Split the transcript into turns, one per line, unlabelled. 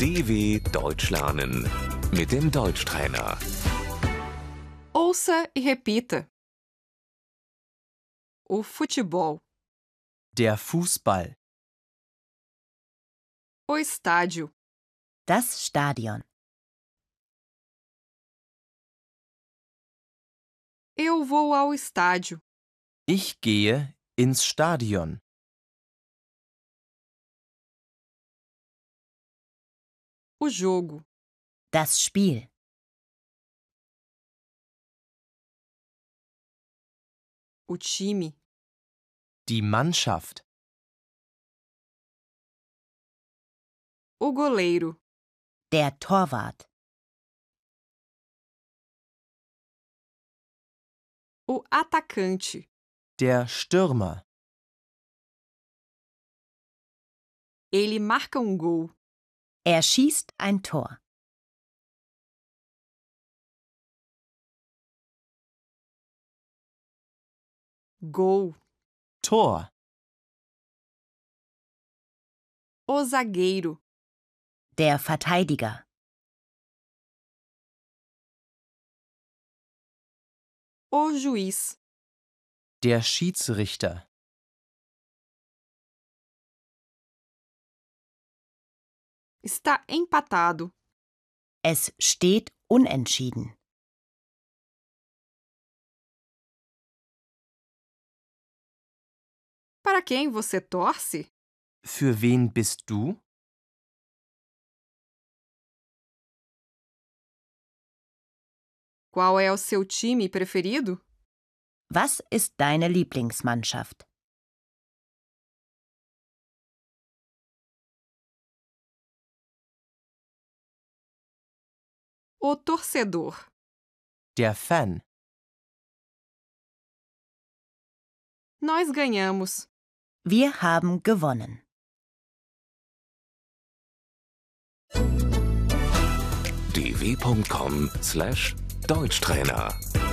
DW Deutsch lernen mit dem Deutschtrainer.
Ouça e repita. O futebol,
Der Fußball,
o estádio,
Das Stadion.
eu vou ao estádio,
ich gehe ins Stadion,
o jogo,
Das Spiel.
o time,
die Mannschaft,
o goleiro,
Der Torwart.
o atacante,
der Stürmer,
ele marca um gol,
Er schießt ein Tor.
gol,
Tor,
o zagueiro,
Der Verteidiger.
o juiz,
der Schiedsrichter,
está empatado.
Es steht unentschieden.
Para quem você torce?
Für wen bist du?
Qual é o seu time preferido?
Was ist deine Lieblingsmannschaft?
O torcedor,
Der Fan,
nós ganhamos.
Wir haben gewonnen.
dw.com/deutschtrainer